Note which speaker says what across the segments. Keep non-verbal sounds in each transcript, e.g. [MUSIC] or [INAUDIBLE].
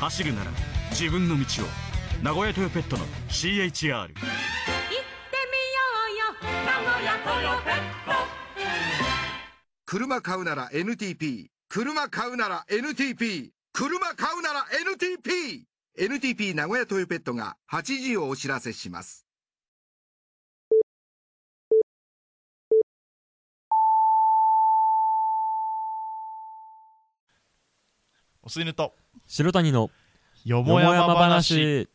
Speaker 1: 走るなら自分の道を名古屋トヨペットの CHR
Speaker 2: 行ってみようよ名古屋トヨペット
Speaker 3: 車買うなら NTP。車買うなら NTP。車買うなら NTP。NTP 名古屋トヨペットが8時をお知らせします。
Speaker 4: おすいぬと
Speaker 5: 白谷の
Speaker 4: よ
Speaker 5: よ
Speaker 4: も
Speaker 5: も
Speaker 4: や
Speaker 5: や
Speaker 4: ま
Speaker 5: ま
Speaker 4: 話
Speaker 5: 話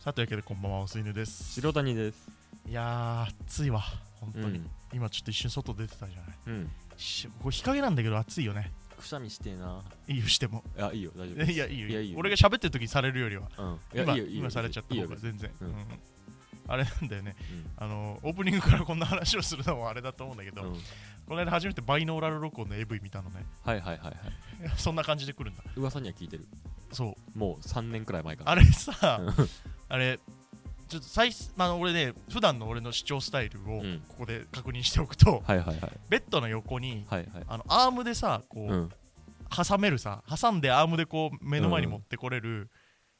Speaker 4: さてわけでこんばんはおすいぬです
Speaker 5: 白谷です、
Speaker 4: いやー暑いわ本当
Speaker 5: う
Speaker 4: に、
Speaker 5: ん
Speaker 4: 今ちょっと一瞬外出てたじゃない
Speaker 5: うん、
Speaker 4: しこれ日陰なんだけど暑いよね
Speaker 5: くしゃみしてえない
Speaker 4: いよしても
Speaker 5: あいいよ大丈夫
Speaker 4: [LAUGHS] いやいいよ
Speaker 5: いやいいよ
Speaker 4: 俺が喋ってる時にされるよりは
Speaker 5: うんいや
Speaker 4: 今
Speaker 5: いいよいいよ
Speaker 4: 今されちゃった
Speaker 5: いい
Speaker 4: 方
Speaker 5: よ
Speaker 4: が全然、
Speaker 5: うん
Speaker 4: うんあれなんだよね、あのオープニングからこんな話をするのもあれだと思うんだけど、
Speaker 5: うん
Speaker 4: この間初めてバイノーラル録音の AV 見たのね [LAUGHS]
Speaker 5: はいはいはいはい
Speaker 4: そんな感じで来るんだ
Speaker 5: 噂には聞いてる
Speaker 4: そう
Speaker 5: もう3年くらい前から
Speaker 4: あれさ、あれ、ちょっと最初、まあ、俺ね、普段の俺の視聴スタイルを
Speaker 5: うん
Speaker 4: ここで確認しておくと、
Speaker 5: はいはいはい
Speaker 4: ベッドの横に、
Speaker 5: はいはい
Speaker 4: あのアームでさ、こう、
Speaker 5: うん
Speaker 4: 挟めるさ、挟んでアームでこう、目の前に持ってこれる、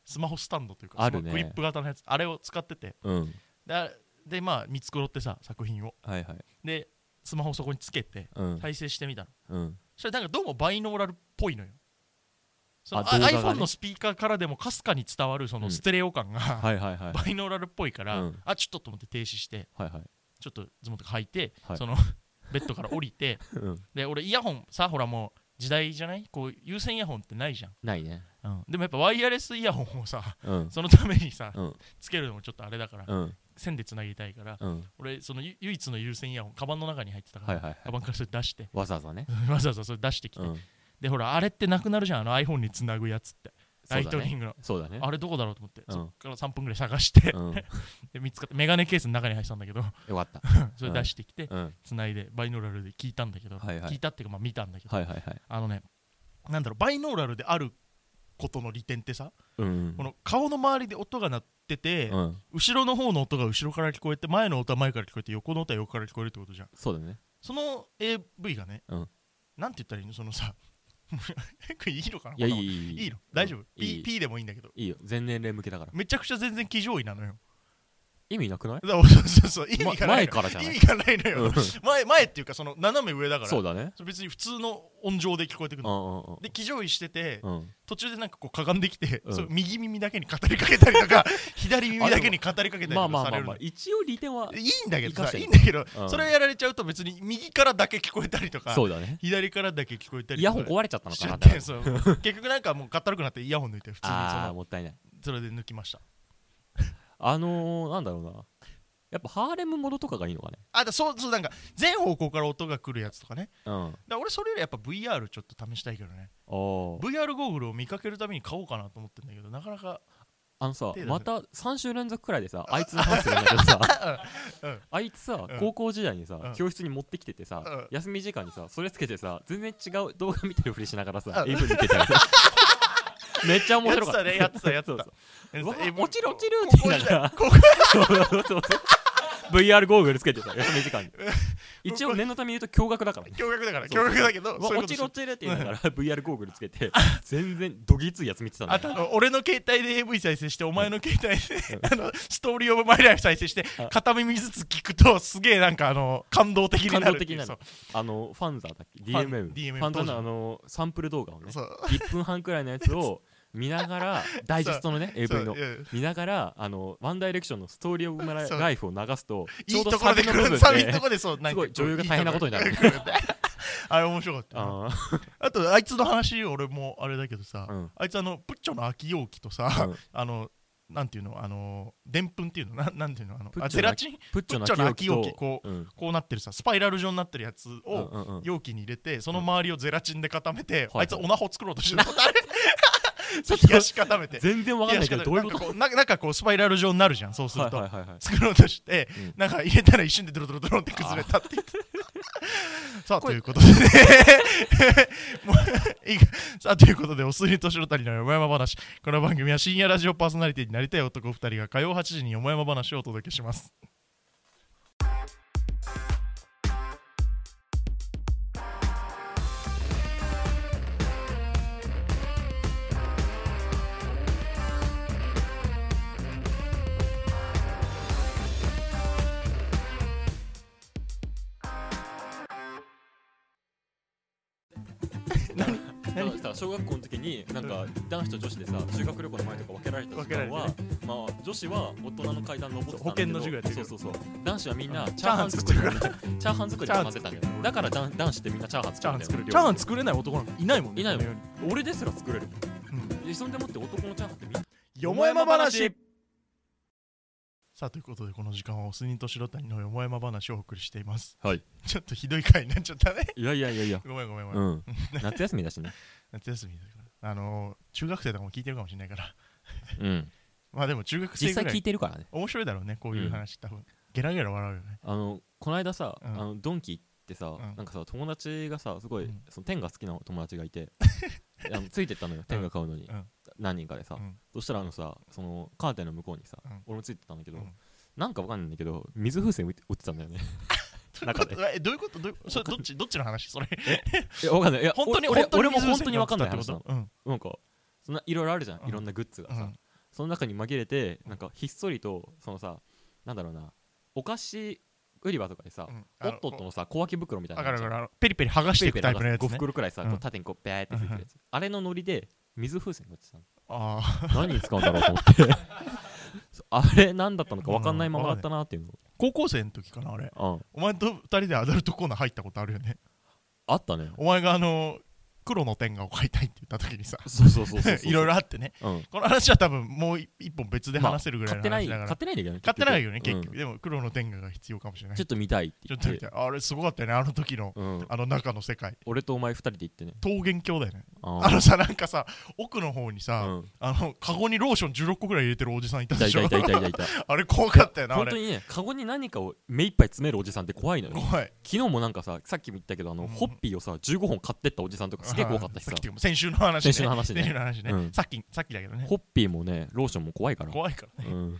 Speaker 4: スマホスタンドというか、
Speaker 5: あるね
Speaker 4: そのクリップ型のやつ、あれを使ってて、
Speaker 5: うん
Speaker 4: で、あでまあ、見繕ってさ、作品を。
Speaker 5: はいはい
Speaker 4: で、スマホそこにつけて、
Speaker 5: うん
Speaker 4: 再生してみたの。
Speaker 5: うん
Speaker 4: それなんかどうもバイノーラルっぽいのよ。その
Speaker 5: あ動画がね
Speaker 4: iPhone のスピーカーからでもかすかに伝わるそうの
Speaker 5: ん
Speaker 4: ステレオ感が、
Speaker 5: はいはいはい
Speaker 4: バイノーラルっぽいから、
Speaker 5: うん
Speaker 4: あちょっとと思って停止して
Speaker 5: はいはい
Speaker 4: ちょっとズボンとか履いて、
Speaker 5: はい
Speaker 4: そのベッドから降りて [LAUGHS]
Speaker 5: うん
Speaker 4: で俺イヤホンさほらもう時代じゃないこう有線イヤホンってないじゃん、
Speaker 5: ないね
Speaker 4: でもやっぱワイヤレスイヤホンをさ
Speaker 5: うん
Speaker 4: そのためにさ、
Speaker 5: うん
Speaker 4: つけるのもちょっとあれだから、
Speaker 5: うん
Speaker 4: 線でつなぎたいから、
Speaker 5: うん
Speaker 4: 俺そのゆ唯一の有線イヤホンカバンの中に入ってたから、
Speaker 5: はいはいはい
Speaker 4: カバンからそれ出して [LAUGHS]
Speaker 5: わざわざね
Speaker 4: わざわざそれ出してきて、
Speaker 5: うん
Speaker 4: でほらあれってなくなるじゃんあの iPhone につなぐやつって、ラ
Speaker 5: そう
Speaker 4: イ
Speaker 5: だ
Speaker 4: トニ
Speaker 5: ね
Speaker 4: ングの
Speaker 5: そうだね
Speaker 4: あれどこだろうと思って、
Speaker 5: うん
Speaker 4: そっから3分ぐらい探して、
Speaker 5: うん
Speaker 4: で見つかってメガネケースの中に入ってたんだけど
Speaker 5: よかった
Speaker 4: それ出してきて、 [LAUGHS]
Speaker 5: うん
Speaker 4: つないでバイノーラルで聞いたんだけど、
Speaker 5: はいはい
Speaker 4: 聞いたっていうかまあ見たんだけど、
Speaker 5: はいはいはい
Speaker 4: あのねなんだろうバイノーラルであることの利点ってさ、
Speaker 5: うん
Speaker 4: この顔の周りで音が鳴ってて、
Speaker 5: うん
Speaker 4: 後ろの方の音が後ろから聞こえて前の音は前から聞こえて横の音は横から聞こえるってことじゃん
Speaker 5: そうだね
Speaker 4: その AV がね、
Speaker 5: うん
Speaker 4: なんて言ったらいいのそのさ [LAUGHS] これいいのかない
Speaker 5: やいい
Speaker 4: い
Speaker 5: いい
Speaker 4: いいの大丈夫、
Speaker 5: いい
Speaker 4: P, P でもいいんだけど
Speaker 5: いいよ全年齢向けだから
Speaker 4: めちゃくちゃ全然騎乗位なのよ
Speaker 5: 意味なくない
Speaker 4: だからそうそうそう意味が
Speaker 5: ま
Speaker 4: ない
Speaker 5: 前
Speaker 4: の、
Speaker 5: からじゃない
Speaker 4: 意味がないのよ、
Speaker 5: うん
Speaker 4: 前前っていうかその斜め上だから
Speaker 5: そうだね
Speaker 4: それ別に普通の音情で聞こえてくる
Speaker 5: う
Speaker 4: の
Speaker 5: んうん
Speaker 4: で騎乗位してて、
Speaker 5: うんうん
Speaker 4: 途中でなんかこうかがんできて、
Speaker 5: うん
Speaker 4: そう右耳だけに語りかけたりと
Speaker 5: [LAUGHS]
Speaker 4: か左耳だけに語りかけたりと
Speaker 5: まあ
Speaker 4: か
Speaker 5: ま
Speaker 4: さ
Speaker 5: あま
Speaker 4: れ
Speaker 5: あ
Speaker 4: る
Speaker 5: ま
Speaker 4: の
Speaker 5: あ一応利点はい
Speaker 4: いんだけど
Speaker 5: 生か
Speaker 4: さ
Speaker 5: して
Speaker 4: い
Speaker 5: る
Speaker 4: いんだけど、
Speaker 5: うん
Speaker 4: それやられちゃうと別に右からだけ聞こえたりとか
Speaker 5: そうだね
Speaker 4: 左からだけ聞こえたりとか
Speaker 5: イヤホン壊れちゃったの
Speaker 4: し
Speaker 5: か
Speaker 4: ち
Speaker 5: な
Speaker 4: ゃっ
Speaker 5: って
Speaker 4: てそう結局なんかもうかったるくなってイヤホン抜いて普通にそ
Speaker 5: ああ
Speaker 4: の
Speaker 5: もったいない
Speaker 4: それで抜きました
Speaker 5: あのー、なんだろうなやっぱハーレムものとかがいいのかね
Speaker 4: あだそうそうなんか全方向から音が来るやつとかね
Speaker 5: う
Speaker 4: だ
Speaker 5: ん
Speaker 4: から俺それよりやっぱ VR ちょっと試したいけどね
Speaker 5: おー
Speaker 4: VR ゴーグルを見かけるたびに買おうかなと思ってんだけどなかなか
Speaker 5: あのさ
Speaker 4: 手出せ
Speaker 5: また3週連続くらいでさあいつの話するんだけどさ
Speaker 4: [LAUGHS] うん
Speaker 5: あいつさ
Speaker 4: うん
Speaker 5: 高校時代に
Speaker 4: う
Speaker 5: さ
Speaker 4: ん
Speaker 5: 教室に持ってきて
Speaker 4: う
Speaker 5: て
Speaker 4: ん
Speaker 5: さ休み時間にさそれつけてさ全然違う動画見てるふりしながらさ
Speaker 4: うん
Speaker 5: AV 見
Speaker 4: [LAUGHS]
Speaker 5: てたよめっちゃ面
Speaker 4: やっ
Speaker 5: 白
Speaker 4: て
Speaker 5: かった
Speaker 4: ねやってたやって
Speaker 5: そう
Speaker 4: た
Speaker 5: そう
Speaker 4: え
Speaker 5: うわ
Speaker 4: え
Speaker 5: 落ちる落ちるって言いながら
Speaker 4: ここここ
Speaker 5: そうそうそう VR ゴーグルつけてた休み時間に
Speaker 4: [LAUGHS]
Speaker 5: 一応念のため言うと驚愕だからね
Speaker 4: 驚愕だから
Speaker 5: そう
Speaker 4: 驚愕だけどそ
Speaker 5: わ
Speaker 4: ういうこと
Speaker 5: 落ち
Speaker 4: し
Speaker 5: る落ちるって言いながら VR ゴーグルつけて全然どぎついやつ見てたんだ
Speaker 4: あ
Speaker 5: よ
Speaker 4: とあの俺の携帯で AV 再生してお前の携帯であのストーリー・オブ・マイ・ライフ再生して
Speaker 5: うん
Speaker 4: 片耳ずつ聞くとすげえなんかあの感動的になるっていう
Speaker 5: 感動的にな
Speaker 4: そう
Speaker 5: るあのファンザーだっけ
Speaker 4: ァン
Speaker 5: DMM,
Speaker 4: DMM
Speaker 5: ファン
Speaker 4: 当
Speaker 5: ザー
Speaker 4: 時の
Speaker 5: のあのサンプル動画をね
Speaker 4: そう
Speaker 5: 1分半くらいのやつを見なが
Speaker 4: [LAUGHS]
Speaker 5: らダイジェストのね AV の
Speaker 4: そううん
Speaker 5: 見ながらあのワンダイレクションのストーリー・オブ・
Speaker 4: そう
Speaker 5: ライフを流すとち
Speaker 4: い
Speaker 5: ょ
Speaker 4: いう
Speaker 5: ど
Speaker 4: ところ
Speaker 5: サ
Speaker 4: で
Speaker 5: ビの
Speaker 4: 来
Speaker 5: 部
Speaker 4: る
Speaker 5: 分
Speaker 4: サビの
Speaker 5: で
Speaker 4: ところでそうなんか
Speaker 5: すごい女優が大変なことになる
Speaker 4: いいところで [LAUGHS] あれ面白かったな
Speaker 5: あー
Speaker 4: あとあいつの話俺もあれだけどさ、
Speaker 5: うん
Speaker 4: あいつあのプッチョの空き容器とさ、
Speaker 5: うん
Speaker 4: あのなんていうのあのでんぷんっていうのななんていうのあの
Speaker 5: プ
Speaker 4: あ
Speaker 5: ッチ
Speaker 4: ゼ
Speaker 5: ョの
Speaker 4: ラ
Speaker 5: 空
Speaker 4: チン
Speaker 5: [LAUGHS] プッ
Speaker 4: プ
Speaker 5: チョ
Speaker 4: ッ
Speaker 5: の
Speaker 4: チョの空
Speaker 5: 空
Speaker 4: き
Speaker 5: き
Speaker 4: 容
Speaker 5: 容
Speaker 4: 器
Speaker 5: 器
Speaker 4: こと
Speaker 5: うん
Speaker 4: うこうなってるさスパイラル状になってるやつ
Speaker 5: うん
Speaker 4: を
Speaker 5: うんうん
Speaker 4: 容器に入れてその周りをゼラチンで固めて、
Speaker 5: うん
Speaker 4: あいつオナホ作ろうとしてる、あれ
Speaker 6: ちょっ
Speaker 4: 冷や
Speaker 6: と
Speaker 4: し固めて
Speaker 6: 全然わかんないけどどういうこと
Speaker 4: 冷やし固めなんかこうななんかこうスパイラル状になるじゃんそうすると、
Speaker 6: はいはいはいはい
Speaker 4: 作ろうとして、
Speaker 6: うん
Speaker 4: なんか入れたら一瞬でドロドロドロって崩れたって言って [LAUGHS] さあということでねもういいかさあということでおすりとしろたりのよもやま話この番組は深夜ラジオパーソナリティになりたい男2人が火曜8時によもやま話をお届けします
Speaker 5: だからさ小学校の時になんか男子と女子でさ修学旅行の前とか分けられた時間は、
Speaker 4: 分
Speaker 5: まあ女子は大人の階段登ってたんだけど
Speaker 4: そう保健の授業やってる
Speaker 5: そうそうそう男子はみん
Speaker 4: う
Speaker 5: なんチャーハン作ってる
Speaker 4: チ
Speaker 5: チャーハン作りと混ぜたんだよだからだん男子ってみんなチャーハン
Speaker 4: チャーハン
Speaker 5: 作
Speaker 4: 作
Speaker 5: る
Speaker 4: る
Speaker 5: ん
Speaker 4: チ
Speaker 5: だ
Speaker 4: ャー
Speaker 5: よ
Speaker 4: ハン作れない男なんかいないもんね
Speaker 5: いないもん
Speaker 4: この世に
Speaker 5: 俺ですら作れる
Speaker 4: う
Speaker 5: そんでもって男のチャーハンってみんな
Speaker 4: よもやま話さあということでこの時間はおすにとしろたりのよもやま話をお送りしています
Speaker 5: はい
Speaker 4: ちょっとひどい回になっちゃった
Speaker 5: [LAUGHS]
Speaker 4: ね
Speaker 5: いやいやいやいや
Speaker 4: ごめんごめんごめん、
Speaker 5: [LAUGHS] うん夏休みだしね
Speaker 4: 夏休みだからあのー、中学生とかも聞いてるかもしれないから [LAUGHS]
Speaker 5: うん
Speaker 4: まあでも中学生ぐらい
Speaker 5: てるからね
Speaker 4: 面白いだろうねこういう話、多分ゲラゲラ笑うよね
Speaker 5: あのこの間さ、
Speaker 4: うん
Speaker 5: あのドンキ行ってさ、
Speaker 4: ん
Speaker 5: なんかさ友達がさすごい、
Speaker 4: うん
Speaker 5: その天が好きな友達がいて
Speaker 4: [LAUGHS]
Speaker 5: あのついてったのよ天が買うのに、
Speaker 4: うん
Speaker 5: 何人かでさ、
Speaker 4: うん
Speaker 5: そしたらあのさそのカーテンの向こうにさ、
Speaker 4: うん
Speaker 5: 俺もついてったんだけど、
Speaker 4: うん
Speaker 5: なんかわかんないんだけど水風船売って売ってた
Speaker 4: [LAUGHS]
Speaker 5: んだよね中で
Speaker 4: えどういうことどういうそれどっちどっちの話それ
Speaker 5: いやわかんないいや
Speaker 4: 本当に
Speaker 5: [LAUGHS] 俺
Speaker 4: 本当
Speaker 5: 俺も
Speaker 4: 水
Speaker 5: 本
Speaker 4: 風
Speaker 5: 当
Speaker 4: 船
Speaker 5: に
Speaker 4: が
Speaker 5: わ
Speaker 4: 落
Speaker 5: か
Speaker 4: ち
Speaker 5: ん
Speaker 4: た
Speaker 5: な
Speaker 4: っ
Speaker 5: い
Speaker 4: てこ
Speaker 5: 話なの
Speaker 4: とうん
Speaker 5: なんかそんないろいろあるじゃん、
Speaker 4: うん
Speaker 5: いろんなグッズが
Speaker 4: う
Speaker 5: さ、
Speaker 4: ん
Speaker 5: その中に紛れてなんかひっそりとそのさなんだろうなお菓子売り場とかでさ、
Speaker 4: うん
Speaker 5: オットットのさ小分け袋みたいな
Speaker 4: わ
Speaker 5: の
Speaker 4: か
Speaker 5: あ
Speaker 4: る
Speaker 5: るじゃん
Speaker 4: わかるあのペリペリ剥がしていくタイプのやつ
Speaker 5: 5
Speaker 4: ね
Speaker 5: 袋くらいさ、こ
Speaker 4: う
Speaker 5: うん縦にこうベーってついてるやつ、あれのノリで水風船が売ってたの
Speaker 4: あ [LAUGHS] あ
Speaker 5: 何に使うんだろうと思って [LAUGHS] そうあれ何だったのか分かんないままだったなっていう
Speaker 4: 高校生の時かなあれ
Speaker 5: の、うん、
Speaker 4: お前と二人でアダルトコーナー入ったことあるよね
Speaker 5: あったね
Speaker 4: お前があの黒の天下を買いたいって言った時にさ
Speaker 5: そうそうそう [LAUGHS] そう
Speaker 4: [LAUGHS] いろい
Speaker 5: ろ、
Speaker 4: ろあってね
Speaker 5: うん、
Speaker 4: この話は多分もう一一本別で
Speaker 5: まあ
Speaker 4: 話せるぐらい
Speaker 5: 買っ
Speaker 4: の
Speaker 5: てな
Speaker 4: 話
Speaker 5: い
Speaker 4: だから、
Speaker 5: 買ってないんだけどね
Speaker 4: 買ってないよね
Speaker 5: 結
Speaker 4: 結
Speaker 5: 局
Speaker 4: 局、でも黒の天下が必要かもしれない
Speaker 5: うんちょっと見たいって
Speaker 4: ちょ
Speaker 5: 言
Speaker 4: っ
Speaker 5: って
Speaker 4: と見たいあれすごかったよねあの時の
Speaker 5: うん、
Speaker 4: あの中の世界
Speaker 5: 俺とお前二人で行ってね
Speaker 4: 桃源郷だよね
Speaker 5: あ
Speaker 4: あのさなんかさ奥の方にさ、
Speaker 5: うん
Speaker 4: あのカゴにローション16個ぐらい入れてるおじさんいた
Speaker 5: いた
Speaker 4: で
Speaker 5: い
Speaker 4: したょ
Speaker 5: いたいたいたいた
Speaker 4: [LAUGHS] あれ怖かったよなあ
Speaker 5: 本当
Speaker 4: れ
Speaker 5: にねカゴに何かを目いっぱい詰めるおじさんって怖いの
Speaker 4: [LAUGHS]
Speaker 5: よ
Speaker 4: 怖い
Speaker 5: 昨日もなんかささっきも言ったけどあの、
Speaker 4: うん
Speaker 5: ホッピーをさ15本買ってったおじさんとかすげえ怖
Speaker 4: [LAUGHS]
Speaker 5: かったしさ
Speaker 4: さっきも先週の話ね
Speaker 5: 先週の話ね
Speaker 4: 先週の話ね
Speaker 5: うん
Speaker 4: さっきさっきだけどね
Speaker 5: ホッピーもねローションも怖いから
Speaker 4: 怖いからね
Speaker 5: うん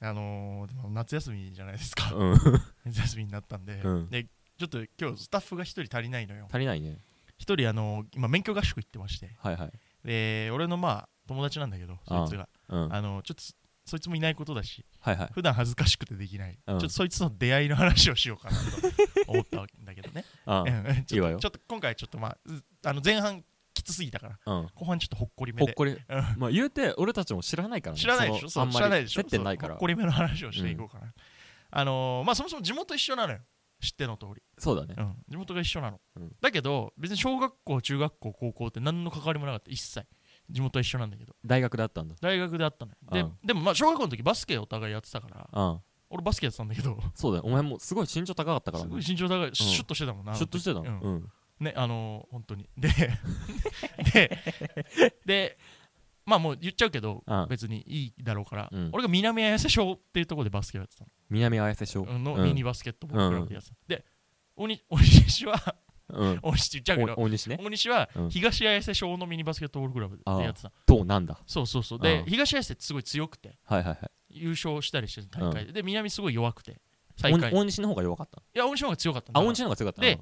Speaker 4: あのー、でも夏休みじゃないですか
Speaker 5: うん
Speaker 4: [LAUGHS] 夏休みになったんで、
Speaker 5: うん
Speaker 4: でちょっと今日スタッフが一人足りないのよ
Speaker 5: 足りないね
Speaker 4: 一人あのー、今免許合宿行ってまして
Speaker 5: はいはい
Speaker 4: で俺のまあ友達なんだけどそいつが
Speaker 5: うん
Speaker 4: あのー、ちょっとそそいつもいないことだし
Speaker 5: はいはい
Speaker 4: 普段恥ずかしくてできない、
Speaker 5: うん
Speaker 4: ちょっとそいつの出会いの話をしようかなと思ったんだけどね。
Speaker 5: [LAUGHS] あ
Speaker 4: うんちょっと
Speaker 5: いいわよ
Speaker 4: ちょっと今回ちょっとまあずあの前半きつすぎたから
Speaker 5: うん
Speaker 4: 後半ちょっとほっこりめ
Speaker 5: ほっ
Speaker 4: で
Speaker 5: こりまあ言うて俺たちも知らないからね
Speaker 4: 知らないでしょそう
Speaker 5: そのあん
Speaker 4: 知ら
Speaker 5: ま
Speaker 4: ない
Speaker 5: り
Speaker 4: でしょ
Speaker 5: 接点ないか
Speaker 4: そう
Speaker 5: ら
Speaker 4: ほっこりめの話をしていこうかな。あのーまあそもそも地元一緒なのよ。知っての通り、
Speaker 5: そうだね
Speaker 4: うん、地元が一緒なの、
Speaker 5: うん
Speaker 4: だけど別に小学校中学校高校って何の関わりもなかった一切地元は一緒なんだけど
Speaker 5: 大学だったんだ
Speaker 4: 大学であったのよで,、
Speaker 5: うん
Speaker 4: でもまあ小学校の時バスケお互いやってたから
Speaker 5: うん
Speaker 4: 俺バスケやってたんだけど
Speaker 5: そうだよお前もすごい身長高かったから
Speaker 4: すご
Speaker 5: ね
Speaker 4: い身長高いシュッとしてたもんな、あの
Speaker 5: シュッとしてたの
Speaker 4: うん
Speaker 5: うん
Speaker 4: ねあのー本当にで [LAUGHS] ででまあもう言っちゃうけど、
Speaker 5: うん
Speaker 4: 別にいいだろうから、
Speaker 5: うん
Speaker 4: 俺が南綾瀬小っていうところでバスケをやってた
Speaker 5: 南綾瀬小
Speaker 4: のの、
Speaker 5: うん
Speaker 4: ミニバスケットボールクラブでやってた、で大西大西は
Speaker 5: うん
Speaker 4: 大西って言っちゃうけ
Speaker 5: お
Speaker 4: ど
Speaker 5: 大西ね
Speaker 4: 大西は
Speaker 5: うん
Speaker 4: 東綾瀬小のミニバスケットボールクラブでやってた
Speaker 5: となんだ
Speaker 4: そうそうそうで、
Speaker 5: うん
Speaker 4: 東綾瀬ってすごい強くて
Speaker 5: はいはい
Speaker 4: 優勝したりしてる大会で、で南すごい弱くて
Speaker 5: はい
Speaker 4: 最
Speaker 5: お
Speaker 4: 下位い
Speaker 5: 大西の方が弱かった
Speaker 4: や大西の方が強かったんだ
Speaker 5: あ大西の方が強かった
Speaker 4: で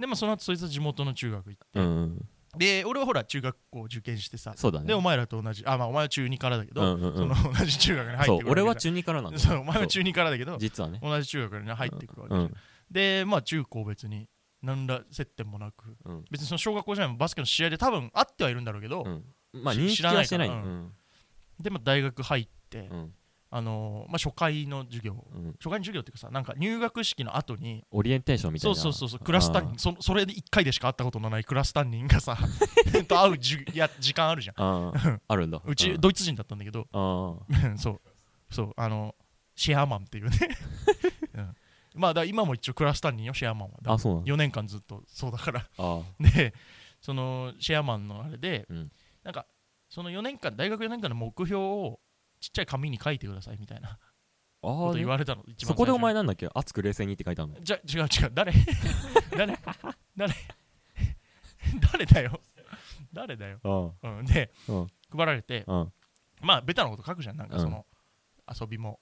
Speaker 4: でもその後そいつは地元の中学行って、
Speaker 5: うんうん
Speaker 4: で俺はほら中学校受験してさ
Speaker 5: そうだね
Speaker 4: でお前らと同じあまあお前は中2からだけど、
Speaker 5: うんうんうん
Speaker 4: その同じ中学に入ってくる
Speaker 5: そう俺は
Speaker 4: わけ
Speaker 5: 中二からなん
Speaker 4: だ
Speaker 5: だ
Speaker 4: そうお前は中2からだけど
Speaker 5: 実はね
Speaker 4: 同じ中学にね入ってくるわけ
Speaker 5: う
Speaker 4: で,、
Speaker 5: ん
Speaker 4: でまあ中高別に何ら接点もなく
Speaker 5: うん
Speaker 4: 別にその小学校時代もバスケの試合で多分あってはいるんだろうけど、
Speaker 5: うんまあ
Speaker 4: し
Speaker 5: 認識はしてない
Speaker 4: 知
Speaker 5: う
Speaker 4: らないから
Speaker 5: ん
Speaker 4: で、まあ、大学入って、
Speaker 5: うん
Speaker 4: あのーまあ、初回の授業
Speaker 5: うん
Speaker 4: 初回の授業っていうかさなんか入学式の後に
Speaker 5: オリエンテーションみたい
Speaker 4: そう
Speaker 5: な
Speaker 4: そうそうそうクラス担任
Speaker 5: あ
Speaker 4: そそれで1回でしか会ったことのないクラス担任が
Speaker 5: [LAUGHS]
Speaker 4: さと会うじゅいや時間あるじゃん
Speaker 5: あ
Speaker 4: [LAUGHS]
Speaker 5: ーあるんだ
Speaker 4: うち
Speaker 5: ん
Speaker 4: ドイツ人だったんだけど [LAUGHS]
Speaker 5: あ
Speaker 4: うんそうそうあのシェアマンって
Speaker 5: [LAUGHS]
Speaker 4: いうね、うん、まあだから今も一応クラス担任よシェアマンはだ
Speaker 5: ーあそうなんだ
Speaker 4: 4年間ずっとそうだから
Speaker 5: あ
Speaker 4: でそのシェアマンのあれで、
Speaker 5: うん
Speaker 4: なんかその4年間大学4年間の目標をちっちゃい紙に書いてくださいみたいなこと
Speaker 5: あ
Speaker 4: 言
Speaker 5: あ
Speaker 4: われたの一番
Speaker 5: そこでお前
Speaker 4: 最
Speaker 5: なんだっけ熱く冷静にって書いてあるの
Speaker 4: 初にじゃ違う違う誰 [LAUGHS] 誰誰 [LAUGHS] 誰だよ誰だよ、
Speaker 5: あ
Speaker 4: うん、で、
Speaker 5: うん
Speaker 4: 配られて
Speaker 5: あうん
Speaker 4: まあベタなこと書くじゃんなんかその、遊びも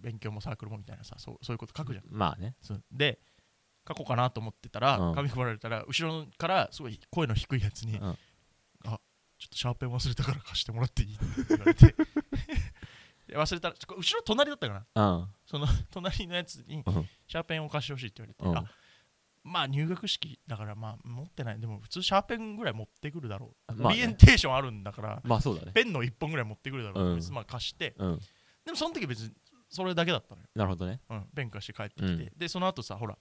Speaker 4: 勉強もサークルもみたいなさそうそういうこと書くじゃん
Speaker 5: まあね
Speaker 4: そうで書こうかなと思ってたら、
Speaker 5: うん
Speaker 4: 紙配られたら後ろからすごい声の低いやつに「
Speaker 5: うん
Speaker 4: あちょっとシャーペン忘れたから貸してもらっていい?」 [LAUGHS] って言われてで忘れたらちょ後ろ隣だったかな
Speaker 5: うん
Speaker 4: その隣のやつに
Speaker 5: うん
Speaker 4: シャーペンを貸してほしいって言
Speaker 5: う
Speaker 4: わ
Speaker 5: ん
Speaker 4: れて、あまあ入学式だからまあ持ってないでも普通シャーペンぐらい持ってくるだろう、
Speaker 5: まあ
Speaker 4: オ
Speaker 5: ね
Speaker 4: リエンテーションあるんだから
Speaker 5: まあそうだね
Speaker 4: ペンの1本ぐらい持ってくるだろう、
Speaker 5: うん
Speaker 4: 別にまあ貸して
Speaker 5: うん
Speaker 4: でもその時別にそれだけだったのよ
Speaker 5: なるほどね
Speaker 4: うん、弁解して帰ってきて、
Speaker 5: うん
Speaker 4: でその後さほら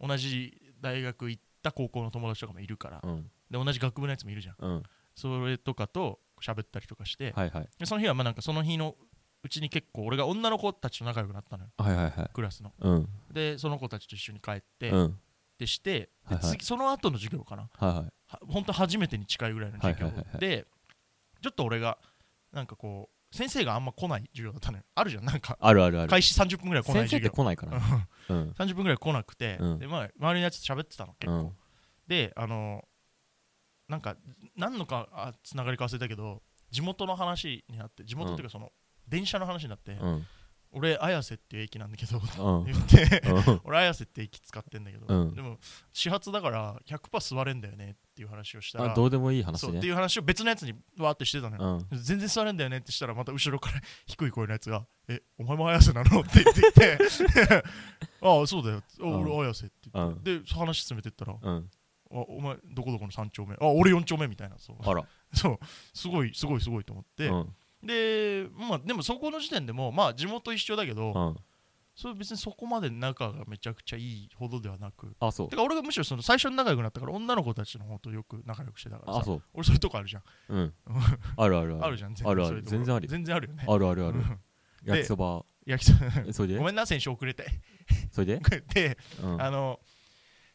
Speaker 4: 同じ大学行った高校の友達とかもいるから、
Speaker 5: うん
Speaker 4: で同じ学部のやつもいるじゃん
Speaker 5: うん
Speaker 4: それとかと喋ったりとかして、
Speaker 5: はいはい
Speaker 4: でその日はまあなんかその日のうちに結構俺が女の子たちと仲良くなったのよ
Speaker 5: はいはいはい
Speaker 4: クラスの
Speaker 5: うん
Speaker 4: でその子たちと一緒に帰って、
Speaker 5: うん
Speaker 4: でしてで、
Speaker 5: はいはい
Speaker 4: 次その後の授業かな
Speaker 5: はいはい
Speaker 4: は本当初めてに近いぐらいの授業、
Speaker 5: はいはいはいはい
Speaker 4: でちょっと俺がなんかこう先生があんま来ない授業だったのよあるじゃんなんか
Speaker 5: あるあるある
Speaker 4: 開始30分ぐらい来ない
Speaker 5: 先生
Speaker 4: 授
Speaker 5: って
Speaker 4: 業
Speaker 5: 来ないからねうん
Speaker 4: 30分ぐらい来なくて、
Speaker 5: うん
Speaker 4: でまあ、周りのやつと喋ってたの結
Speaker 5: う
Speaker 4: 構、
Speaker 5: ん
Speaker 4: であのなんか何のかあつながりか忘れたけど地元の話になって地元っていうかその、電車の話になって、
Speaker 5: うん
Speaker 4: 俺綾瀬っていう駅なんだけ
Speaker 5: [LAUGHS]
Speaker 4: ど、
Speaker 5: うん
Speaker 4: 言って
Speaker 5: うん
Speaker 4: 俺綾瀬って駅使ってんだけど、
Speaker 5: うん
Speaker 4: でも始発だから100%座れんだよねっていう話をしたら
Speaker 5: あどうでもいい話
Speaker 4: そうって
Speaker 5: ね
Speaker 4: いう話を別のやつにわーってしてたのよ、
Speaker 5: うん
Speaker 4: 全然座れんだよねってしたらまた後ろから低い声のやつが「えお前も綾瀬なの?」って言ってきて [LAUGHS] 「ああそうだよお
Speaker 5: うん
Speaker 4: 俺綾瀬」って言って、で話進めてったら「あ
Speaker 5: うん
Speaker 4: お前どこどこの3丁目あ俺4丁目」みたいなそう
Speaker 5: あら
Speaker 4: [LAUGHS] そうすごいすごいすごいと思って、
Speaker 5: うん
Speaker 4: でまあでもそこの時点でもまあ地元一緒だけど、
Speaker 5: うん
Speaker 4: それ別にそこまで仲がめちゃくちゃいいほどではなく
Speaker 5: あそう
Speaker 4: てか俺がむしろその最初に仲良くなったから女の子たちの方とよく仲良くしてたから
Speaker 5: あ
Speaker 4: さ
Speaker 5: そう
Speaker 4: 俺そういうとこあるじゃん
Speaker 5: うんあるある
Speaker 4: あるじゃん全
Speaker 5: あるあ
Speaker 4: そうい
Speaker 5: る
Speaker 4: うところ
Speaker 5: 全然あるよ
Speaker 4: 全然あるよね
Speaker 5: あるあるある
Speaker 4: うん
Speaker 5: 焼きそば
Speaker 4: 焼きそば
Speaker 5: それ
Speaker 4: ご
Speaker 5: で
Speaker 4: めんな選手遅れて [LAUGHS]
Speaker 5: それで
Speaker 4: で、
Speaker 5: うん
Speaker 4: あの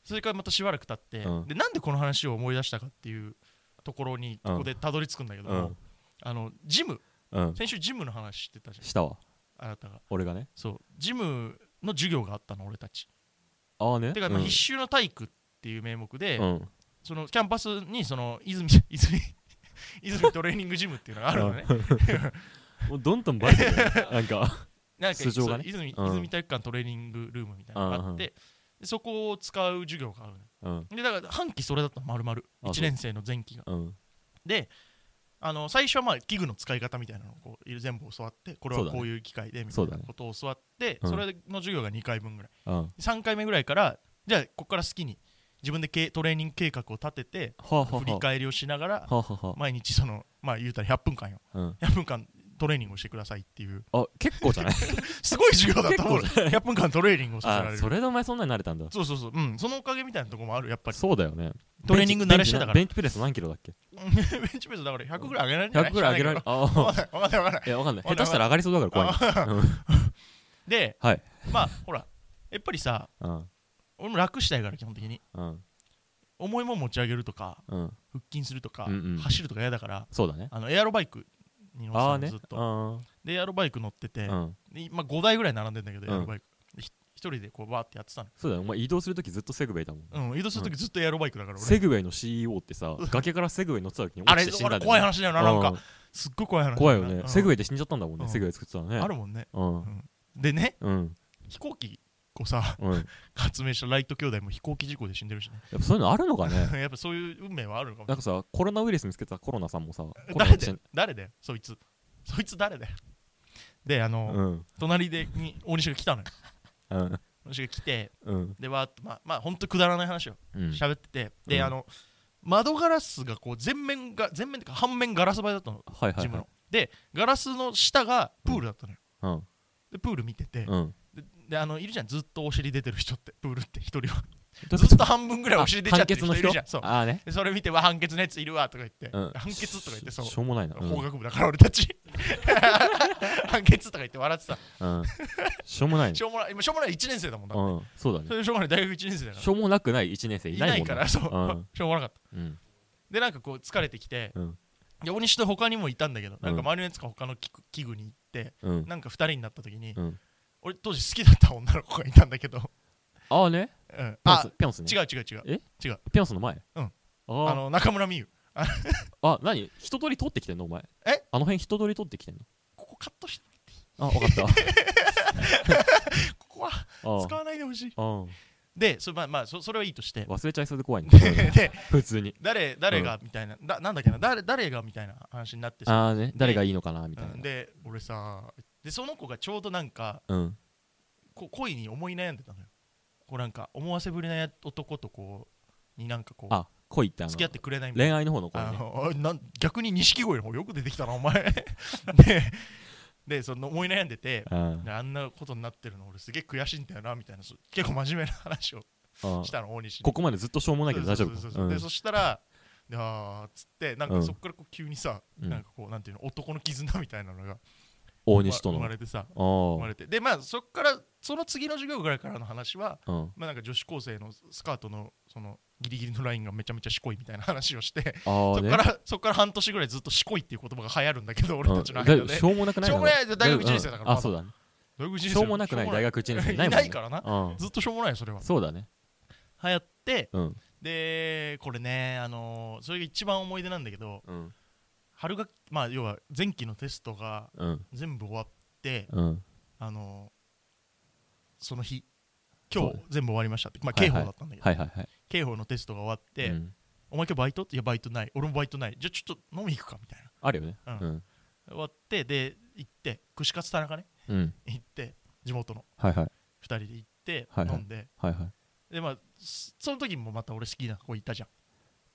Speaker 4: それからまたしばらく経って、
Speaker 5: うん
Speaker 4: でなんでこの話を思い出したかっていうところに
Speaker 5: うん
Speaker 4: ここでたどり着くんだけども、
Speaker 5: うん
Speaker 4: あのジム
Speaker 5: うん
Speaker 4: 先週ジムの話してたじゃん
Speaker 5: したわ
Speaker 4: あなたが
Speaker 5: 俺がね
Speaker 4: そうジムの授業があったの俺たち
Speaker 5: ああね
Speaker 4: てか、まあ
Speaker 5: うん
Speaker 4: 必修の体育っていう名目で、
Speaker 5: うん
Speaker 4: そのキャンパスにその泉泉泉トレーニングジムっていうのがあるのね
Speaker 5: もうどんどんバレてる
Speaker 4: [LAUGHS]
Speaker 5: よなんか
Speaker 4: なんか
Speaker 5: 素性がね
Speaker 4: そう泉
Speaker 5: うん
Speaker 4: 泉体育館トレーニングルームみたいなのがあって、でそこを使う授業があるのよ
Speaker 5: うん
Speaker 4: でだから半期それだったの丸々
Speaker 5: あ
Speaker 4: 1年生の前期が
Speaker 5: うん
Speaker 4: であの最初はまあ器具の使い方みたいなのをこう全部教わってこれ
Speaker 5: そう
Speaker 4: は
Speaker 5: だね
Speaker 4: こういう機械でみた
Speaker 5: そ
Speaker 4: いうな
Speaker 5: だね
Speaker 4: ことを教わって
Speaker 5: うん
Speaker 4: そ,、れの授業が2回分ぐらい
Speaker 5: うんは
Speaker 4: 3回目ぐらいからじゃあここから好きに自分でけトレーニング計画を立てて
Speaker 5: あはあは
Speaker 4: 振り返りをしながら
Speaker 5: あはあは
Speaker 4: 毎日そのまあ言うたら100分間よ
Speaker 5: あうん
Speaker 4: 100分間トレーニングをしてくださいっていう
Speaker 5: あ結構じゃない
Speaker 4: す [LAUGHS] ごい授業だったもん
Speaker 5: 結
Speaker 4: 100分間トレーニングをさせら
Speaker 5: あ
Speaker 4: れ
Speaker 5: そ
Speaker 4: る
Speaker 5: れでお前そんなに慣れたんだ
Speaker 4: そうそうそううんそのおかげみたいなとこもあるやっぱり
Speaker 5: そうだよね
Speaker 4: トレーニング慣れしてたから
Speaker 5: ベンチプレス何キロだっけ
Speaker 4: ベンチプレスだから100ぐらい上げられるんじゃない
Speaker 5: 100ぐらい上げられるあ
Speaker 4: わ [LAUGHS]
Speaker 5: あ
Speaker 4: かんないわかんないわかんない
Speaker 5: いやわかんない
Speaker 4: わかんない
Speaker 5: 下手したら上がりそうだから怖い
Speaker 4: で、
Speaker 5: はい
Speaker 4: まあほらやっぱりさ
Speaker 5: うん
Speaker 4: 俺も楽したいから基本的に
Speaker 5: うん
Speaker 4: 重いもん持ち上げるとか
Speaker 5: うん
Speaker 4: 腹筋するとか、
Speaker 5: うんうん
Speaker 4: 走るとか嫌だから
Speaker 5: そうだね
Speaker 4: あのエアロバイクに乗ってた
Speaker 5: あ
Speaker 4: の
Speaker 5: あね
Speaker 4: ずっと
Speaker 5: あ
Speaker 4: でエアロバイク乗ってて、
Speaker 5: あうん
Speaker 4: で今5台ぐらい並んでんだけど、
Speaker 5: うん
Speaker 4: エアロバイクでひ一人でこうバーってやってたの
Speaker 5: そうだよお前移動するときずっとセグウェイだもん
Speaker 4: うん移動するときずっとエアロバイクだから俺、
Speaker 5: セグウェイの CEO ってさ崖からセグウェイ乗ってた時に
Speaker 4: あれ
Speaker 5: 落ちて死んだ
Speaker 4: あれ
Speaker 5: んだ
Speaker 4: 怖い
Speaker 5: よね
Speaker 4: 話だよななん
Speaker 5: うん
Speaker 4: かすっごい怖い話だな
Speaker 5: 怖いよね
Speaker 4: うん
Speaker 5: セグウェイで死んじゃったんだもんね
Speaker 4: うん
Speaker 5: セグウェイ作ってたのね
Speaker 4: あるもんね
Speaker 5: うん
Speaker 4: でね
Speaker 5: うん
Speaker 4: 飛行機をさ [LAUGHS]
Speaker 5: うんやっ
Speaker 4: 発明したライト兄弟も飛行機事故で死んでるしね [LAUGHS]
Speaker 5: ぱそういうのあるのかね
Speaker 4: やっぱそういう運命はあるのかもしれない
Speaker 5: なんかさ、コロナウイルス見つけたコロナさんもさ、コロナ
Speaker 4: [LAUGHS] 誰
Speaker 5: 死
Speaker 4: だ
Speaker 5: ん
Speaker 4: よ誰だよそいつそいつ誰だよであの、
Speaker 5: うん、
Speaker 4: 隣でに大西が来たの
Speaker 5: [LAUGHS]
Speaker 4: よ
Speaker 5: うん、
Speaker 4: 大西が来て
Speaker 5: うん、
Speaker 4: でわーっとまあまあほんとくだらない話を
Speaker 5: うん、
Speaker 4: 喋ってて、で
Speaker 5: うん
Speaker 4: あの窓ガラスがこう全面が全面っていうか半面ガラス張りだったの
Speaker 5: はいはい
Speaker 4: ジム
Speaker 5: はい
Speaker 4: の、でガラスの下がプールだったのよ、
Speaker 5: うん、
Speaker 4: でプール見てて、
Speaker 5: うん、
Speaker 4: でであのいるじゃんずっとお尻出てる人ってプールって一人
Speaker 5: [LAUGHS]
Speaker 4: は
Speaker 5: どう
Speaker 4: ずっと半分ぐらいお尻出ちゃってる
Speaker 5: あ
Speaker 4: 人いるじゃんそう
Speaker 5: ああね、
Speaker 4: でそれ見てわ判決のやついるわとか言って、
Speaker 5: うん
Speaker 4: 判決とか言ってそう
Speaker 5: しょうもないな、うん、
Speaker 4: 法学部だから俺たち判決とか言って笑ってた
Speaker 5: うん、しょうもないね
Speaker 4: し、ょうもない今しょうもない1年生だもんだ
Speaker 5: うん、そうだ
Speaker 4: そ
Speaker 5: ね、
Speaker 4: れしょうもない大学1年生だか
Speaker 5: しょうもなくない一年生
Speaker 4: ら
Speaker 5: い
Speaker 4: い
Speaker 5: ない
Speaker 4: な
Speaker 5: もん
Speaker 4: い
Speaker 5: ね
Speaker 4: からそう
Speaker 5: うん
Speaker 4: しょうもなかった
Speaker 5: うん、
Speaker 4: でなんかこう疲れてきて
Speaker 5: うん
Speaker 4: で大西と他にもいたんだけどなんか周りのやつが他の器具器具に行って
Speaker 5: うん
Speaker 4: なんか2人になった時に、
Speaker 5: うん
Speaker 4: 俺当時好きだった女の子がいたんだけど、
Speaker 5: ああね
Speaker 4: うん、
Speaker 5: ピョン
Speaker 4: あ
Speaker 5: スピョンスね
Speaker 4: 違う違う違う
Speaker 5: え
Speaker 4: 違う
Speaker 5: ピョンスの前
Speaker 4: うん
Speaker 5: あ
Speaker 4: あ
Speaker 5: あ
Speaker 4: の中村美優
Speaker 5: あ何一通り取ってきてんのお前
Speaker 4: え
Speaker 5: あの辺一通り取ってきてんの
Speaker 4: ここカットして [LAUGHS]
Speaker 5: あ分かった
Speaker 4: ここは
Speaker 5: あ
Speaker 4: 使わないでほしい
Speaker 5: あうん
Speaker 4: でそ,、まあまあ、そそれはいいとして
Speaker 5: 忘れちゃいそうで
Speaker 4: [LAUGHS]
Speaker 5: 怖いね
Speaker 4: で
Speaker 5: 普通に
Speaker 4: 誰誰がみたいな、だなんだっけな誰誰がみたいな話になってさ、
Speaker 5: ああね誰がいいのかなみたい
Speaker 4: うん
Speaker 5: な
Speaker 4: で俺さでその子がちょうどなんか
Speaker 5: うん
Speaker 4: こ恋に思い悩んでたのよこうなんか思わせぶりな男とこうになんかこう
Speaker 5: あ恋ってあの
Speaker 4: 付き合ってくれないみたい
Speaker 5: 恋
Speaker 4: な
Speaker 5: 愛の方の恋
Speaker 4: あ
Speaker 5: ね
Speaker 4: のあなん逆に錦鯉の方よく出てきたなお前
Speaker 5: [LAUGHS]
Speaker 4: ででその思い悩んでて
Speaker 5: うん
Speaker 4: であんなことになってるの俺すげえ悔しいんだよなみたいなそう結構真面目な話を
Speaker 5: あ
Speaker 4: したの大西に
Speaker 5: ここまでずっとしょうもないけど大丈
Speaker 4: そうそう
Speaker 5: 夫
Speaker 4: そうそう
Speaker 5: うん
Speaker 4: でそしたらであーっつってなん
Speaker 5: う
Speaker 4: か
Speaker 5: ん
Speaker 4: そこからこう急にさ、
Speaker 5: うん
Speaker 4: なんかこうなんていうの男の絆みたいなのが
Speaker 5: 大
Speaker 4: 生ま
Speaker 5: 西と
Speaker 4: 生ま
Speaker 5: の
Speaker 4: れてさ生ま
Speaker 5: あ
Speaker 4: れてでまあそこからその次の授業ぐらいからの話は
Speaker 5: あうん
Speaker 4: まあなんか女子高生のスカートのそのギリギリのラインがめちゃめちゃしこいみたいな話をして
Speaker 5: あ
Speaker 4: そ
Speaker 5: あ
Speaker 4: こ
Speaker 5: ね
Speaker 4: からそこから半年ぐらいずっとしこいっていう言葉が流行るんだけど俺
Speaker 5: う
Speaker 4: た
Speaker 5: ん
Speaker 4: ちの間
Speaker 5: 大丈
Speaker 4: で
Speaker 5: 夫しょうもなくない
Speaker 4: しょうもない
Speaker 5: ん
Speaker 4: 大学一年生だから
Speaker 5: うん
Speaker 4: まだ
Speaker 5: あそうだね
Speaker 4: 大学一年生
Speaker 5: しょうもなくない大学1年生いないもん
Speaker 4: いないからな
Speaker 5: な
Speaker 4: ずっとしょうもないよそれは
Speaker 5: そうだね
Speaker 4: 流行って
Speaker 5: うん
Speaker 4: でこれねあのーそれが一番思い出なんだけど
Speaker 5: うん
Speaker 4: 春学期まあ要は前期のテストが
Speaker 5: うん
Speaker 4: 全部終わって
Speaker 5: うん
Speaker 4: あのその日
Speaker 5: そう
Speaker 4: 今日全部終わりましたってまあ
Speaker 5: はい
Speaker 4: 刑
Speaker 5: は
Speaker 4: 法
Speaker 5: い
Speaker 4: だったんだけど
Speaker 5: はいはいはい
Speaker 4: 刑法のテストが終わって、
Speaker 5: うん
Speaker 4: お前今日バイトっていやバイトない俺もバイトないじゃあちょっと飲み行くかみたいな
Speaker 5: あるよね
Speaker 4: う
Speaker 5: うんん
Speaker 4: 終わってで行って串カツ田中ね
Speaker 5: うん
Speaker 4: 行って地元の
Speaker 5: はいはい
Speaker 4: 2人で行って、
Speaker 5: はいはい
Speaker 4: 飲んで
Speaker 5: はいはい
Speaker 4: でまあそその時もまた俺好きな子いたじゃん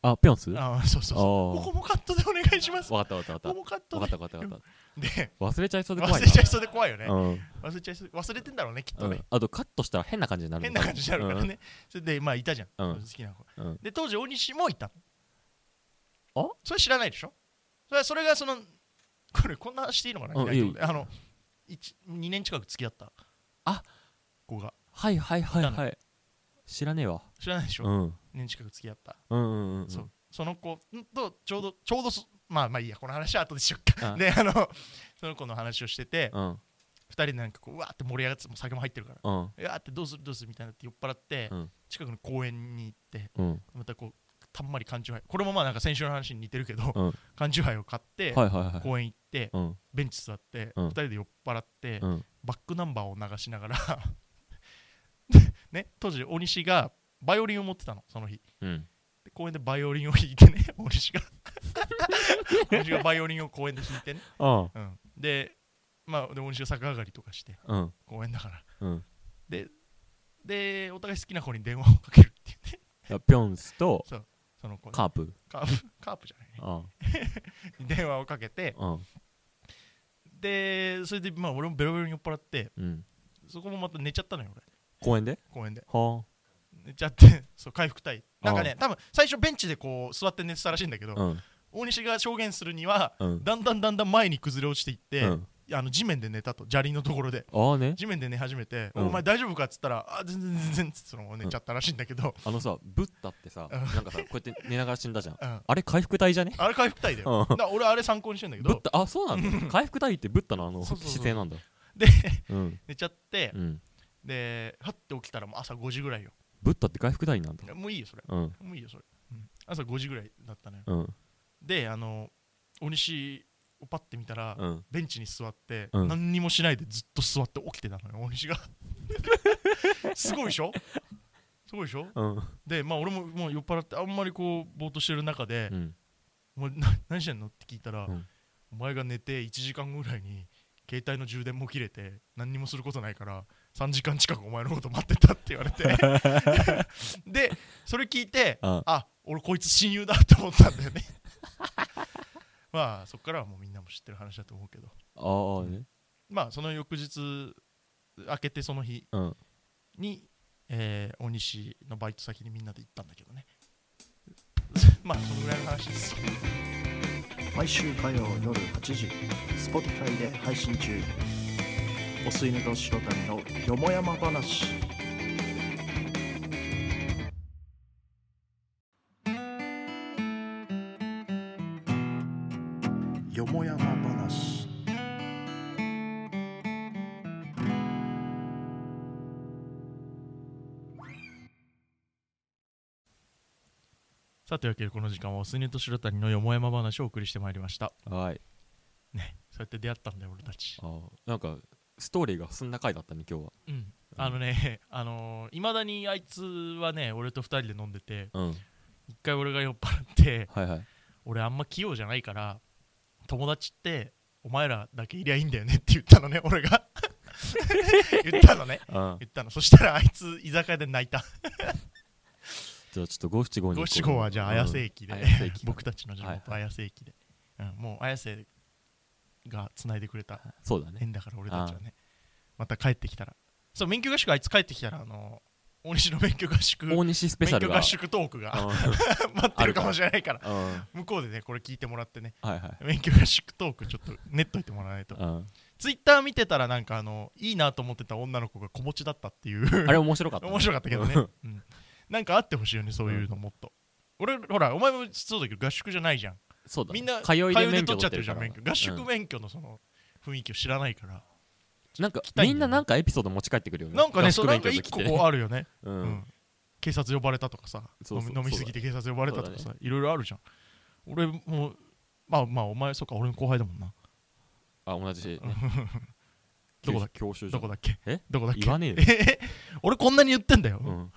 Speaker 5: あピョンスあ
Speaker 4: ああそうそうそう
Speaker 5: あ
Speaker 4: ここもカットでお願いしますこ
Speaker 5: わかったわかっ
Speaker 4: こ
Speaker 5: たわか
Speaker 4: もカッ
Speaker 5: った
Speaker 4: ト
Speaker 5: わ
Speaker 4: で
Speaker 5: かったわかったわかっ
Speaker 4: で
Speaker 5: た忘れちゃいそうで怖
Speaker 4: 忘
Speaker 5: い
Speaker 4: れちゃいそうで怖いよね
Speaker 5: なうん
Speaker 4: 忘れちゃいそう忘れてんだろうねきっと
Speaker 5: う
Speaker 4: ね、
Speaker 5: んあとカットしたら変な感じになる
Speaker 4: 変な感じになるから
Speaker 5: うん
Speaker 4: ね、それでまあいたじゃん、
Speaker 5: うん
Speaker 4: 好きな子、
Speaker 5: うん
Speaker 4: で当時大西もいた
Speaker 5: あ
Speaker 4: それ知らないでしょそれそれがそのこれこんな話していいのかな、意
Speaker 5: うん
Speaker 4: 外と
Speaker 5: いいよ
Speaker 4: あの2年近く付き合った
Speaker 5: あ
Speaker 4: 子が
Speaker 5: はいはいはいはい知らねえわ
Speaker 4: 知らないでしょ、
Speaker 5: う
Speaker 4: 2
Speaker 5: ん
Speaker 4: 年近く付き合った、
Speaker 5: うんうんうんうん
Speaker 4: そうその子とちょうどちょうどそまあまあいいやこの話は後でしよっか
Speaker 5: あ
Speaker 4: であのその子の話をしてて、
Speaker 5: うん
Speaker 4: 2人でなんかこううわーって盛り上がってもう酒も入ってるから
Speaker 5: うん
Speaker 4: うわーってどうするどうするみたいになって酔っ払って、
Speaker 5: うん
Speaker 4: 近くの公園に行って
Speaker 5: うん
Speaker 4: またこうたんまり缶チューハイこれもまあなんか先週の話に似てるけど、
Speaker 5: うん
Speaker 4: 缶チューハイを買って、
Speaker 5: はいはいはい
Speaker 4: 公園行って
Speaker 5: うん
Speaker 4: ベンチ座って、
Speaker 5: うん
Speaker 4: 2人で酔っ払って、
Speaker 5: うん
Speaker 4: バックナンバーを流しながら [LAUGHS] ね当時大西がバイオリンを持ってたのその日
Speaker 5: うん
Speaker 4: で公園でバイオリンを弾いてね [LAUGHS] 大西
Speaker 5: [LAUGHS]
Speaker 4: が大西がバイオリンを公園で弾いてね、
Speaker 5: あ
Speaker 4: うん、でまあで大西が逆上がりとかして
Speaker 5: あうん
Speaker 4: 公園だから
Speaker 5: うん
Speaker 4: でお互い好きな子に電話をかけるっていうね
Speaker 5: ピョンスと
Speaker 4: その子に
Speaker 5: カープ
Speaker 4: カープカープじゃないね
Speaker 5: あ
Speaker 4: に電話をかけて
Speaker 5: あうん
Speaker 4: でそれでまあ俺もベロベロに酔っ払って
Speaker 5: うん
Speaker 4: そこもまた寝ちゃったのよ俺
Speaker 5: 公園で
Speaker 4: 公園で
Speaker 5: は
Speaker 4: 寝ちゃって [LAUGHS] そう回復隊
Speaker 5: あ
Speaker 4: な
Speaker 5: あ
Speaker 4: んかね多分最初ベンチでこう座って寝てたらしいんだけど、
Speaker 5: あうん
Speaker 4: 大西が証言するには、
Speaker 5: うん
Speaker 4: だんだんだんだん前に崩れ落ちていって、
Speaker 5: うん
Speaker 4: あの地面で寝たと砂利のところで
Speaker 5: ああね
Speaker 4: 地面で寝始めて、
Speaker 5: うん
Speaker 4: お前大丈夫かっつったらあ全然全然っつってそのまま寝ちゃったらしいんだけど、
Speaker 5: あのさブッダってさ
Speaker 4: うん
Speaker 5: なんかさこうやって寝ながら死んだじゃん
Speaker 4: うん
Speaker 5: あれ回復隊じゃね
Speaker 4: あれ回復隊だよ、
Speaker 5: う
Speaker 4: だ
Speaker 5: ん
Speaker 4: から俺あれ参考にしてんだけ
Speaker 5: ブッ
Speaker 4: ど
Speaker 5: ダあそうなんだ回復隊ってブッダのあの
Speaker 4: そうそうそう
Speaker 5: 姿勢なんだ
Speaker 4: で
Speaker 5: うん
Speaker 4: 寝ちゃって、
Speaker 5: うん
Speaker 4: ではって起きたらもう朝5時ぐらいよ
Speaker 5: ブッダって回復隊なんだ
Speaker 4: もういいよそれ
Speaker 5: うん
Speaker 4: もういいよそれ、うん朝5時ぐらいだったのよ
Speaker 5: うん
Speaker 4: であの大西をパッて見たら、
Speaker 5: うん
Speaker 4: ベンチに座って、
Speaker 5: うん
Speaker 4: 何にもしないでずっと座って起きてたのよ大西が [LAUGHS] すごいでしょすごいでしょ
Speaker 5: うん
Speaker 4: でまあ俺ももう酔っ払ってあんまりこうぼーっとしてる中で
Speaker 5: う、ん
Speaker 4: もうな何してんのって聞いたら、
Speaker 5: うん
Speaker 4: お前が寝て1時間ぐらいに携帯の充電も切れて何にもすることないから3時間近くお前のこと待ってたって言われ
Speaker 5: [LAUGHS]
Speaker 4: てでそれ聞いて
Speaker 5: あ
Speaker 4: あ俺こいつ親友だと思ったんだよね [LAUGHS] まあそっからはもうみんなも知ってる話だと思うけど
Speaker 5: ああね
Speaker 4: まあその翌日明けてその日
Speaker 5: うん
Speaker 4: に、えー大西のバイト先にみんなで行ったんだけどね [LAUGHS] まあそのぐらいの話です
Speaker 7: 毎週火曜夜8時 Spotify で配信中お吸い寝と白谷のよもやま話よもやま話
Speaker 4: さあというわけでこの時間はおすねと白谷のよもやま話をお送りしてまいりました
Speaker 5: はい
Speaker 4: そうやって出会ったんだよ俺たち
Speaker 5: あーなんかストーリーがそんな回だったね今日は
Speaker 4: うんあのねあのい、まだにあいつはね俺と二人で飲んでて
Speaker 5: うん
Speaker 4: 一回俺が酔っ払って
Speaker 5: はいはい
Speaker 4: 俺あんま器用じゃないから友達ってお前らだけいりゃいいんだよねって言ったのね [LAUGHS] 俺
Speaker 5: [LAUGHS]
Speaker 4: が言ったのね
Speaker 5: あー
Speaker 4: 言ったのそしたらあいつ居酒屋で泣いた
Speaker 5: じゃあちょっと五七五に行こう
Speaker 4: 五七五はじゃあ綾瀬駅で、
Speaker 5: うん綾瀬駅
Speaker 4: 僕たちの地
Speaker 5: はい
Speaker 4: 元綾瀬駅で、うん、もう綾瀬が繋いでくれた
Speaker 5: そうだね
Speaker 4: 縁だから俺たちはねまた帰ってきたらそう免許合宿あいつ帰ってきたらあの大西の免許合宿
Speaker 5: 大
Speaker 4: 免
Speaker 5: 西スペシャル
Speaker 4: 許
Speaker 5: が
Speaker 4: 合宿トークが
Speaker 5: う
Speaker 4: [LAUGHS] 待ってるかもしれないから
Speaker 5: んうん
Speaker 4: 向こうでねこれ聞いてもらってね
Speaker 5: はいはい
Speaker 4: 免許合宿トークちょっと練っといてもらわないと
Speaker 5: うん
Speaker 4: ツイッター見てたらなんかあのいいなと思ってた女の子が子持ちだったっていう
Speaker 5: あれ面白かったね
Speaker 4: [LAUGHS] 面白かったけどね、うん、なんかあってほしいよねそういうのもっと、俺ほらお前もそうだけど合宿じゃないじゃん
Speaker 5: そうだね
Speaker 4: みんな
Speaker 5: 通いで免許
Speaker 4: 取っちゃってるじゃ
Speaker 5: か
Speaker 4: ん
Speaker 5: ら
Speaker 4: 免許合宿
Speaker 5: うん
Speaker 4: 免許のその雰囲気を知らないから、
Speaker 5: なんか
Speaker 4: きたいんだよね
Speaker 5: みんななんかエピソード持ち帰ってくるよね
Speaker 4: なんか
Speaker 5: 合
Speaker 4: ねそ
Speaker 5: 宿
Speaker 4: うなん
Speaker 5: 免
Speaker 4: か
Speaker 5: 許の
Speaker 4: 一
Speaker 5: 時
Speaker 4: 個
Speaker 5: って
Speaker 4: こうあるよね、
Speaker 5: う
Speaker 4: うん
Speaker 5: ん
Speaker 4: 警察呼ばれたとかさ
Speaker 5: そうそう
Speaker 4: 飲み飲みすぎて警察呼ばれたとかさ、いろいろあるじゃん俺もうまあまあお前そっか俺の後輩だもんな
Speaker 5: あ
Speaker 4: [LAUGHS]
Speaker 5: 同じね
Speaker 4: どこだっ
Speaker 5: 教習
Speaker 4: ど
Speaker 5: 所
Speaker 4: こだっけ
Speaker 5: え
Speaker 4: どこだっけ
Speaker 5: 言わねえよ
Speaker 4: 俺こんなに言ってんだよ、
Speaker 5: うん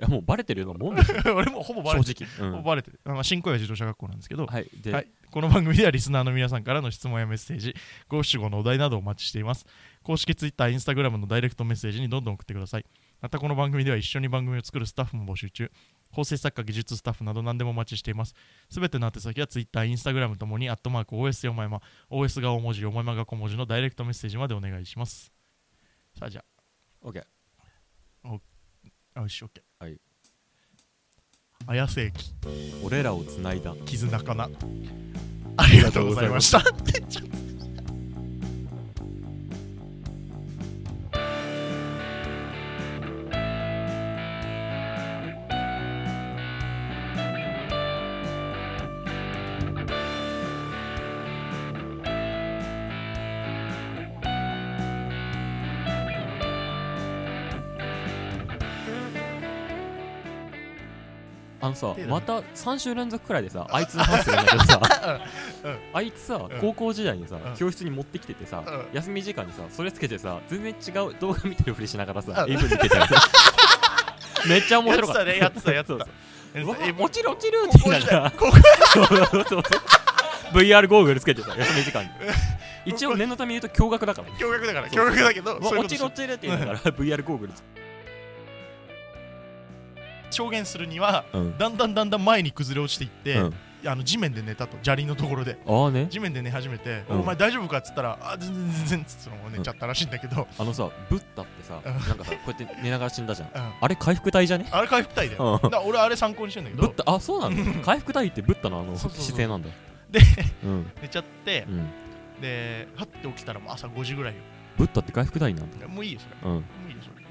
Speaker 5: いやもうバレてるようなもんでしょ
Speaker 4: 俺もうほぼ [LAUGHS] バレてる
Speaker 5: 正直う
Speaker 4: ほぼ
Speaker 5: ん
Speaker 4: バレてる、あまあ、新小岩自動車学校なんですけど、
Speaker 5: はいで
Speaker 4: はい、この番組ではリスナーの皆さんからの質問やメッセージ五七五のお題などをお待ちしています公式 Twitter、Instagram のダイレクトメッセージにどんどん送ってくださいまたこの番組では一緒に番組を作るスタッフも募集中構成作家技術スタッフなど何でもお待ちしていますすべての宛先は Twitter、Instagram ともにアットマーク OS よもやま OS が大文字よもやまが小文字のダイレクトメッセージまでお願いしますさあじゃ
Speaker 5: OK
Speaker 4: あよし OK
Speaker 5: はい
Speaker 4: 綾瀬駅
Speaker 5: 俺らをつないだ
Speaker 4: 絆かなありがとうございました
Speaker 5: あのさ
Speaker 4: 手だね
Speaker 5: また3週連続くらいでさあいつの話するんだけどさ
Speaker 4: [LAUGHS] うんうん
Speaker 5: あいつさ
Speaker 4: うん
Speaker 5: 高校時代にさ
Speaker 4: うん
Speaker 5: 教室に持ってきててさ
Speaker 4: う
Speaker 5: 休み時間にさそれつけてさ全然違う動画見てるふりしながらさ
Speaker 4: うん
Speaker 5: AV 見
Speaker 4: [LAUGHS]
Speaker 5: てたよめっちゃ面白かった
Speaker 4: やってたねやってたやって
Speaker 5: うわ
Speaker 4: えもう
Speaker 5: 落ちる落ちるって言いながら [LAUGHS] そうそうそう VR ゴーグルつけてた休み時
Speaker 4: [LAUGHS]
Speaker 5: 間に一応念のため言うと驚愕だからね
Speaker 4: 驚愕だから驚愕だけど
Speaker 5: う
Speaker 4: [LAUGHS]
Speaker 5: わ
Speaker 4: そういうこと
Speaker 5: 落ちる落ちるって言いながら
Speaker 4: [LAUGHS]
Speaker 5: VR ゴーグルつ
Speaker 4: 証言するには
Speaker 5: うん
Speaker 4: だんだんだんだん前に崩れ落ちていって、
Speaker 5: うん
Speaker 4: あの地面で寝たと砂利のところで
Speaker 5: ああね
Speaker 4: 地面で寝始めて、
Speaker 5: うん
Speaker 4: お前大丈夫かっつったらあ全然全然っつってそのまま寝ちゃったらしいんだけど、
Speaker 5: あのさブッダってさ
Speaker 4: う
Speaker 5: なんんかさこうやって寝ながら死んだじゃん
Speaker 4: うん
Speaker 5: あれ回復体じゃね
Speaker 4: あれ回復体だよ、
Speaker 5: うん
Speaker 4: だから俺あれ参考にしてんだけ
Speaker 5: ブ
Speaker 4: ど
Speaker 5: ッダあそうなんだ回復体ってブッダのあの
Speaker 4: そうそうそう
Speaker 5: 姿勢なんだ
Speaker 4: で
Speaker 5: うん
Speaker 4: 寝ちゃって
Speaker 5: うん
Speaker 4: ではって起きたらもう朝5時ぐらいよ
Speaker 5: ブッダって回復体なんだ
Speaker 4: もういいよそれ
Speaker 5: うん
Speaker 4: もういいよそれ、うん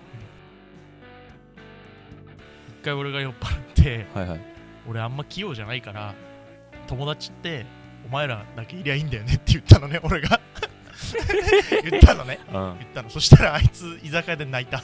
Speaker 4: 一回俺が酔っ払って
Speaker 5: はいはい
Speaker 4: 俺あんま器用じゃないから友達ってお前らだけいりゃいいんだよねって言ったのね俺が言ったのね
Speaker 5: うん
Speaker 4: 言ったのそしたらあいつ居酒屋で泣いた